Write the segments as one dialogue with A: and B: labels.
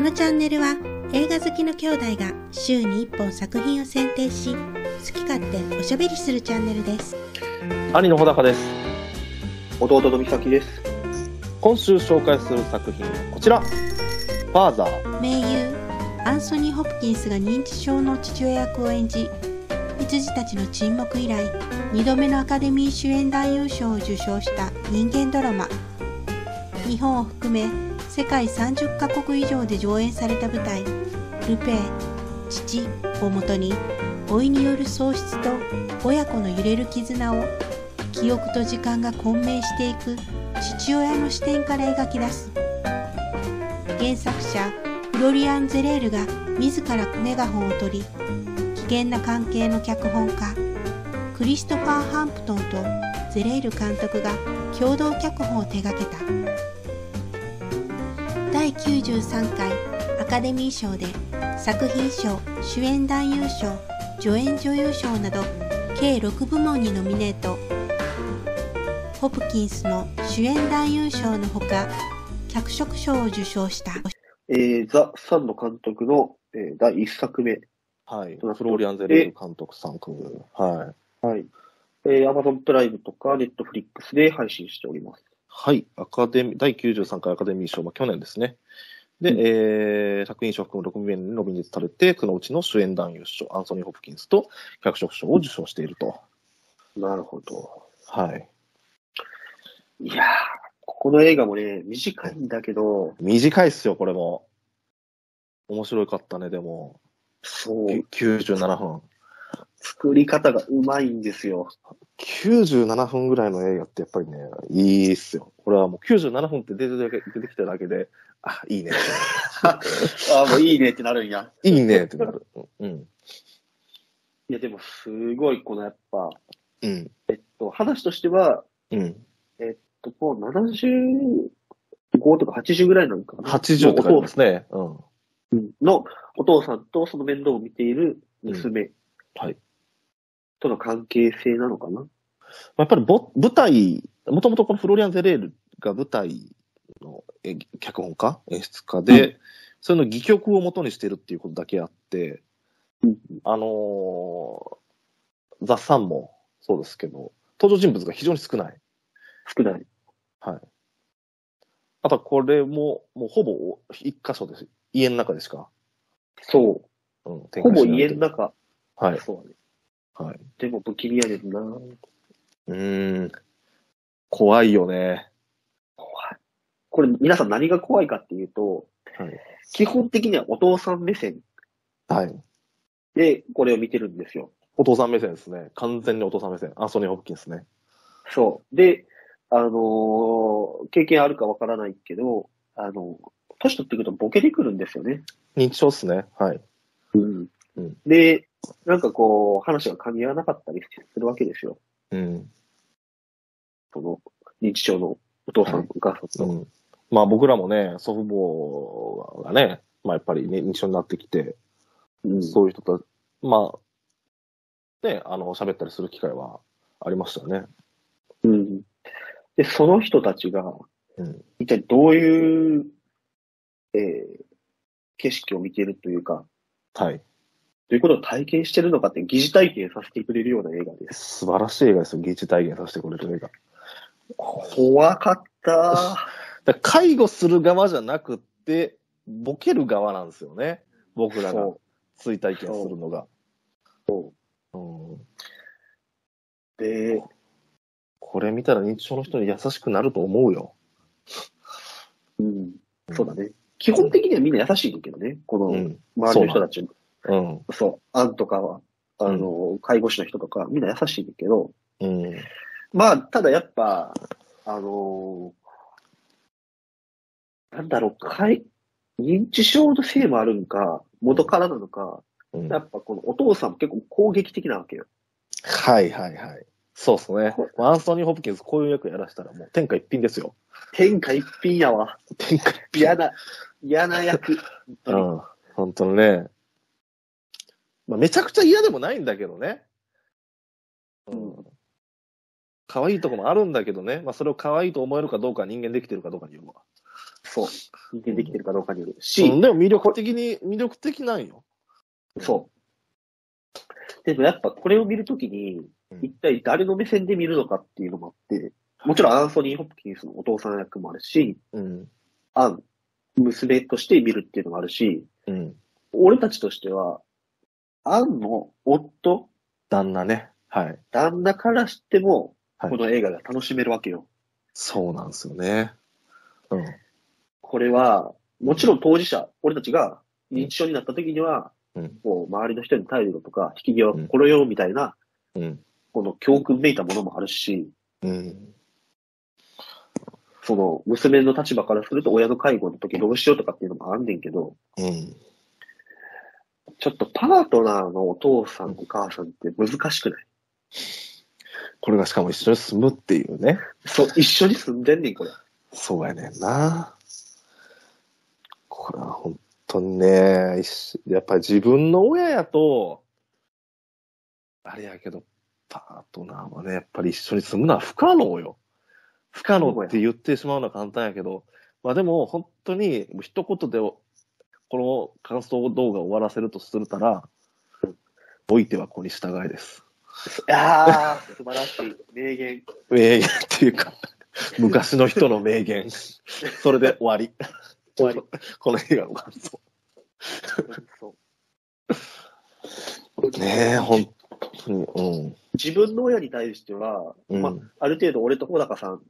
A: のチャンネルは映画好きの兄弟が週に1本作品を選定し好き勝手おしゃべりするチャンネルです
B: 兄の穂高です
C: 弟の美咲です。
B: 今週紹介する作品はこちらファーザー
A: 名優アンソニー・ホプキンスが認知症の父親役を演じ羊たちの沈黙以来2度目のアカデミー主演男優賞を受賞した人間ドラマ日本を含め世界30カ国以上で上演された舞台「ルペイ父」をもとに老いによる喪失と親子の揺れる絆を記憶と時間が混迷していく父親の視点から描き出す原作者フロリアン・ゼレールが自らメガホンを取り危険な関係の脚本家クリストファー・ハンプトンとゼレール監督が共同脚本を手掛けた第93回アカデミー賞で作品賞主演男優賞助演女優賞など計6部門にノミネートホプキンスの主演男優賞のほか脚色賞を受賞した
C: えー、ザ・サンの監督の、えー第1作目。
B: はいフローリアン・ゼレール監督作はい
C: はい。えー、Amazon プライムとか Netflix で配信しております。
B: はいアカデミー第93回アカデミー賞、まあ、去年ですねで、
C: うん
B: えー作品賞含む6名にノミネートされてそのうちの主演男優賞アンソニー・ホプキンスと脚色賞を受賞していると、
C: なるほど。
B: はい
C: いやー、ここの映画もね、短いんだけど、
B: 短いっすよこれも面白かったねでも
C: そう、
B: 97分
C: 作り方がうまいんですよ。
B: 97分ぐらいの映画ってやっぱりね、いいっすよ。これはもう97分って出てるだけ出てきただけで、あ、いいね。
C: ああ、もういいねってなるんや。
B: いいねってなる。うん。
C: いや、でもすごい、このやっぱ、
B: うん。
C: えっと、話としては、
B: うん。
C: えっともう75とか80ぐらいなのかな。
B: 80って書いて
C: のお
B: ま
C: 父
B: すね。うん。
C: のお父さんとその面倒を見ている娘
B: はい。
C: との関係性なのかな。
B: やっぱりぼ舞台、もともとこのフロリアン・ゼレールが舞台のえ脚本家、演出家で、それの戯曲を元にしてるっていうことだけあって、
C: うん
B: あのー、ザ・サンもそうですけど、登場人物が非常に少ない。
C: 少ない。
B: はい。あとこれも、もうほぼ一箇所です。家の中でしか。
C: そ
B: うん、
C: う。
B: 展
C: ほ
B: 開
C: ぼ
B: しない
C: 家の中。
B: はい。
C: そうだね。
B: はい。
C: でも不気味やねんな。怖いう
B: ーん。怖いよね。。
C: これ皆さん何が怖いかっていうと、
B: はい
C: 基本的にはお父さん目線
B: はい。
C: でこれを見てるんですよ。
B: お父さん目線ですね。完全にお父さん目線。アンソニー・ホプキンスね。
C: そう。で、あのー経験あるかわからないけど、あの年取ってくるとボケてくるんですよね。
B: 認知症っすね。はい。
C: うん
B: うん
C: で、なんかこう、話が噛み合わなかったりするわけですよ。
B: うん。
C: その、認知症のお父さん、お母さ
B: うん
C: と。
B: ん。まあ僕らもね、祖父母がね、まあやっぱりね、認知症になってきて、
C: うん
B: そういう人と、まあ、ね、あの、喋ったりする機会はありましたよね。
C: うんで、その人たちが
B: うん、
C: 一体どういう、えー景色を見ているというか、
B: はい。
C: ということを体験してるのかって疑似体験させてくれるような映画です。
B: 素晴らしい映画ですよ。疑似体現させてくれる映画。
C: 怖かった。
B: だから介護する側じゃなくって、ボケる側なんですよね。僕らが
C: そ
B: 追体験するのが。
C: そうう。で、
B: んこれ見たら認知症の人に優しくなると思うよ。
C: うん、そうだね。基本的にはみんな優しいんだけどね、こ
B: う
C: の
B: ん。
C: 周りの人たちも
B: うん。
C: そう、案とかは、あの、介護士の人とか、みんな優しいんだけど、
B: うん。
C: まあ、ただやっぱ、あのーなんだろう、介、認知症のせいもあるんか、元からなのか、
B: うん
C: やっぱこのお父さんも結構攻撃的なわけよ。
B: はいはいはい。そうっすね。まあアンソニー・ホプキンス、こういう役やらしたらもう天下一品ですよ。
C: 天下一品やわ。
B: 天下一品。
C: 嫌な、嫌な役。
B: う
C: 本
B: ん。本当にね。まあ、めちゃくちゃ嫌でもないんだけどね。
C: 当に
B: 可愛いとこもあるんだけどね。まあ、それを可愛いと思えるかどうか人間できてるかどうかによるわ。
C: そう。人間できてるかどうかによるし、
B: うん、でも魅力的に、魅力的なんよ。
C: そう。でもやっぱこれを見るときに
B: うん、
C: 一体誰の目線で見るのかっていうのもあって、もちろんアンソニー・ホップキンスのお父さん役もあるし、
B: うん。
C: アン、娘として見るっていうのもあるし、
B: うん。
C: 俺たちとしては、アンの夫、
B: 旦那ね。はい。
C: 旦那からしても、
B: はい
C: この映画が楽しめるわけよ。
B: そうなんですよね。うん。
C: これは、もちろん当事者、俺たちが認知症になった時には、
B: うん
C: もう周りの人への態度とか、引き際を心よみたいな、
B: うん。
C: この教訓めいたものもあるし、
B: うん。
C: その娘の立場からすると親の介護の時どうしようとかっていうのもあんねんけど、
B: うん。
C: ちょっとパートナーのお父さんお母さんって難しくない
B: これがしかも一緒に住むっていうね。
C: そう、一緒に住んでんねん、これ。
B: そうやねんな。これは本当にね、一緒やっぱり自分の親やと、あれやけど、パートナーはね、やっぱり一緒に住むのは不可能よ。不可能って言ってしまうのは簡単やけど、まあでも本当に一言でこの感想動画を終わらせるとするたら、おいては子に従いです。
C: ああ、素晴らしい。名言。
B: 名言っていう か、昔の人の名言。それで終わり。
C: 終わり。
B: この映画の感想。ねえ、ほんとに。うん。
C: 自分の親に対しては、
B: うん
C: まあ、ある程度俺と小高さん、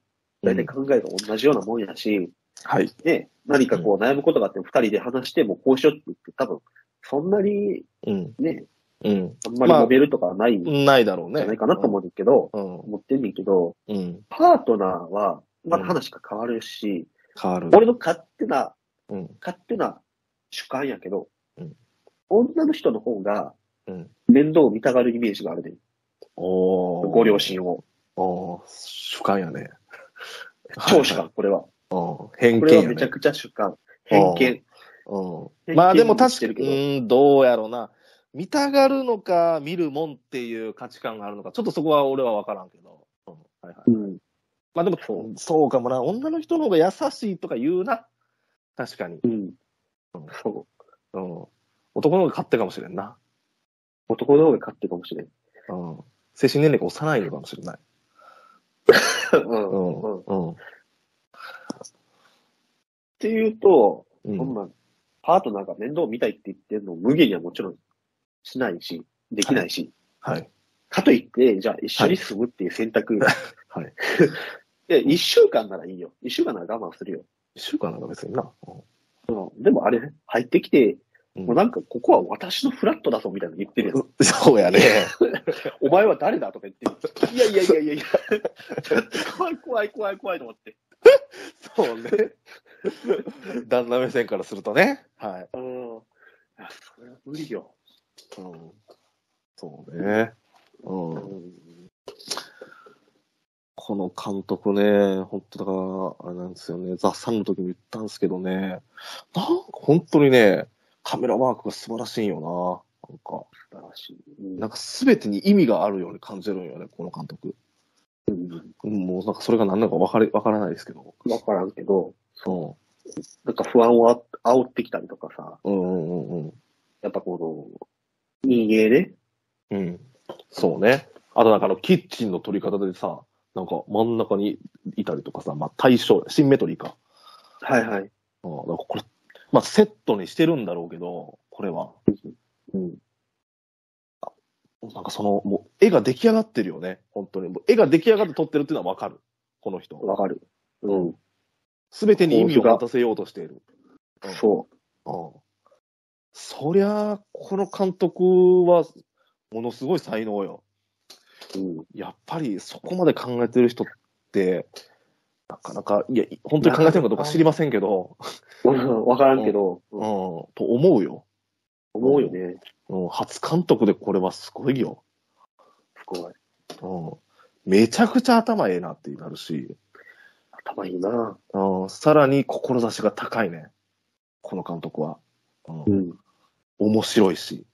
C: 大体考えが同じようなもんやし、
B: はい。
C: ね、何かこう悩むことがあって二人で話してもこうしようって言って、多分、そんなに
B: うん。
C: ね、
B: うん。
C: あんまり揉めるとかはないんじ
B: ないだろうね。
C: ゃないかなと思うんだけど、
B: うん。
C: 思ってんねんけど、
B: うん。うん。
C: パートナーは、また話が変わるし、
B: 変わる。
C: 俺の勝手な、
B: うん。
C: 勝手な主観やけど、
B: うん
C: 女の人の方が
B: うん。
C: 面倒を見たがるイメージがあるね。
B: おお。
C: ご両。親を。
B: おー主観や ね。
C: 超主
B: はい
C: 観、 これは。
B: はい。うん。偏
C: こ
B: 見
C: れ
B: や
C: はめちゃ
B: ね。
C: くちゃ主観。
B: う
C: 偏見。偏
B: ん。
C: 見
B: まあでも
C: にし
B: 確か
C: てるけど
B: に、うん、どうやろうな。見たがるのか、見るもんっていう価値観があるのか、ちょっとそこは俺は分からんけど。うん。はいはい。
C: うん。
B: まあでも、
C: そ
B: そう
C: う
B: かもな。女の人の方が優しいとか言うな。確かに。
C: うん。
B: うん
C: そ
B: う
C: う。
B: ん。男の方が勝手かもしれんな。
C: 男の方が勝手かもしれん。
B: うん。精神年齢が幼いのかもしれない。
C: うん
B: う
C: うん
B: ん。
C: っ
B: うん。
C: ていうと、
B: う
C: そん
B: ん。
C: な、パートナーが面倒見たいって言ってるのを無限にはもちろんしないし、できないし。
B: はい。
C: かといって、じゃあ一緒に住むっていう選択。
B: はい。
C: で、一週間ならいいよ。一週間なら我慢するよ。
B: 一週間なんか別にな。
C: うん、でもあれ、入ってきて、
B: うん
C: もうなんかここは私のフラットだぞみたいなの言ってる やん。
B: うんそうやね。
C: お前は誰だとか言ってる。いやいやいやいやいや。ちょっと怖い怖い怖い怖いと思って。
B: そうね。旦那目線からするとね。はい。
C: うん。いや、それは無理よ。
B: うん。そうね。う。
C: うんん。
B: この監督ね、本当だから、あれなんですよね、ザ・サンの時も言ったんですけどね、なんか本当にね、カメラワークが素晴らしいんよな。なんか、
C: 素晴らしい。うん
B: なんか全てに意味があるように感じるんよね、この監督。
C: うん
B: もうなんかそれが何なのか分かり分からないですけど。
C: わからんけど、
B: うん。
C: なんか不安をあ煽ってきたりとかさ、
B: うんうんうんうん。
C: やっぱこの、陰影ね。
B: うん。そうね。あとなんかあの、キッチンの取り方でさ、なんか真ん中にいたりとかさ、まあ対称、シンメトリーか。
C: はいはい。
B: うん。なんかこれ、まあセットにしてるんだろうけど、これは。
C: うん。
B: なんかその、もう絵が出来上がってるよね、本当に。もう絵が出来上がって撮ってるっていうのはわかる。この人。
C: わかる。うん。
B: すべてに意味を持たせようとしている。うん
C: そう。
B: うん。そりゃあ、この監督は、ものすごい才能よ。
C: うん、
B: やっぱりそこまで考えてる人って、なかなか、いや、本当に考えてるのかどうか知りませんけど、
C: うんわからんけど、
B: うん、
C: うん
B: と思うよ、
C: 思うよね。
B: うん。初監督でこれはすごいよ。
C: すごい。
B: うん。めちゃくちゃ頭ええなってなるし。
C: 頭いいな。
B: うん、さらに志が高いね。この監督は。うん
C: うん。
B: 面白いし。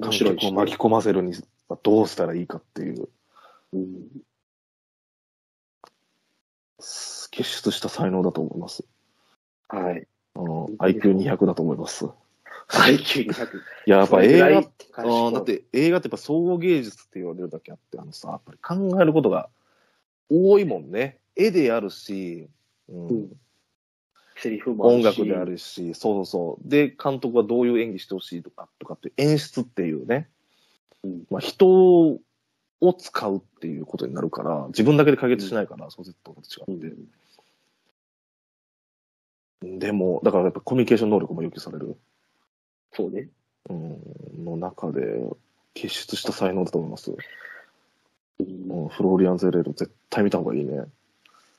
C: 面白いし
B: 観客を巻き込ませるにはどうしたらいいかっていう、
C: うん。
B: 結出した才能だと思います。
C: はい。
B: あの、IQ200 だと思います。
C: IQ200。
B: いや、やっぱ映
C: それぐらい
B: 画、
C: 賢い
B: あーだって映画ってやっぱ総合芸術って言われるだけあって、あのさ、やっぱり考えることが多いもんね。絵であるし、うん
C: うんセリフもある
B: 音
C: し
B: 楽であるし、そうそうそう。で、監督はどういう演技してほしいとか、とかって演出っていうね、
C: うん
B: まあ、人を使うっていうことになるから、自分だけで解決しないから、小説と違って。でも、だからやっぱコミュニケーション能力も要求される。
C: そうね。
B: うん、の中で傑出した才能だと思います。
C: うん
B: うんフローリアン・ゼレール絶対見た方がいいね。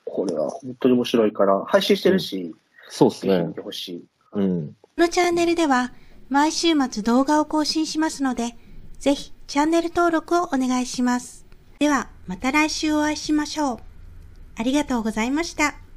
C: これは本当に面白いから、配信してるし、
B: そうです
C: ぜひ
B: ね
C: 見。てほしい。
B: うん。
A: このチャンネルでは毎週末動画を更新しますので、ぜひチャンネル登録をお願いします。ではまた来週お会いしましょう。ありがとうございました。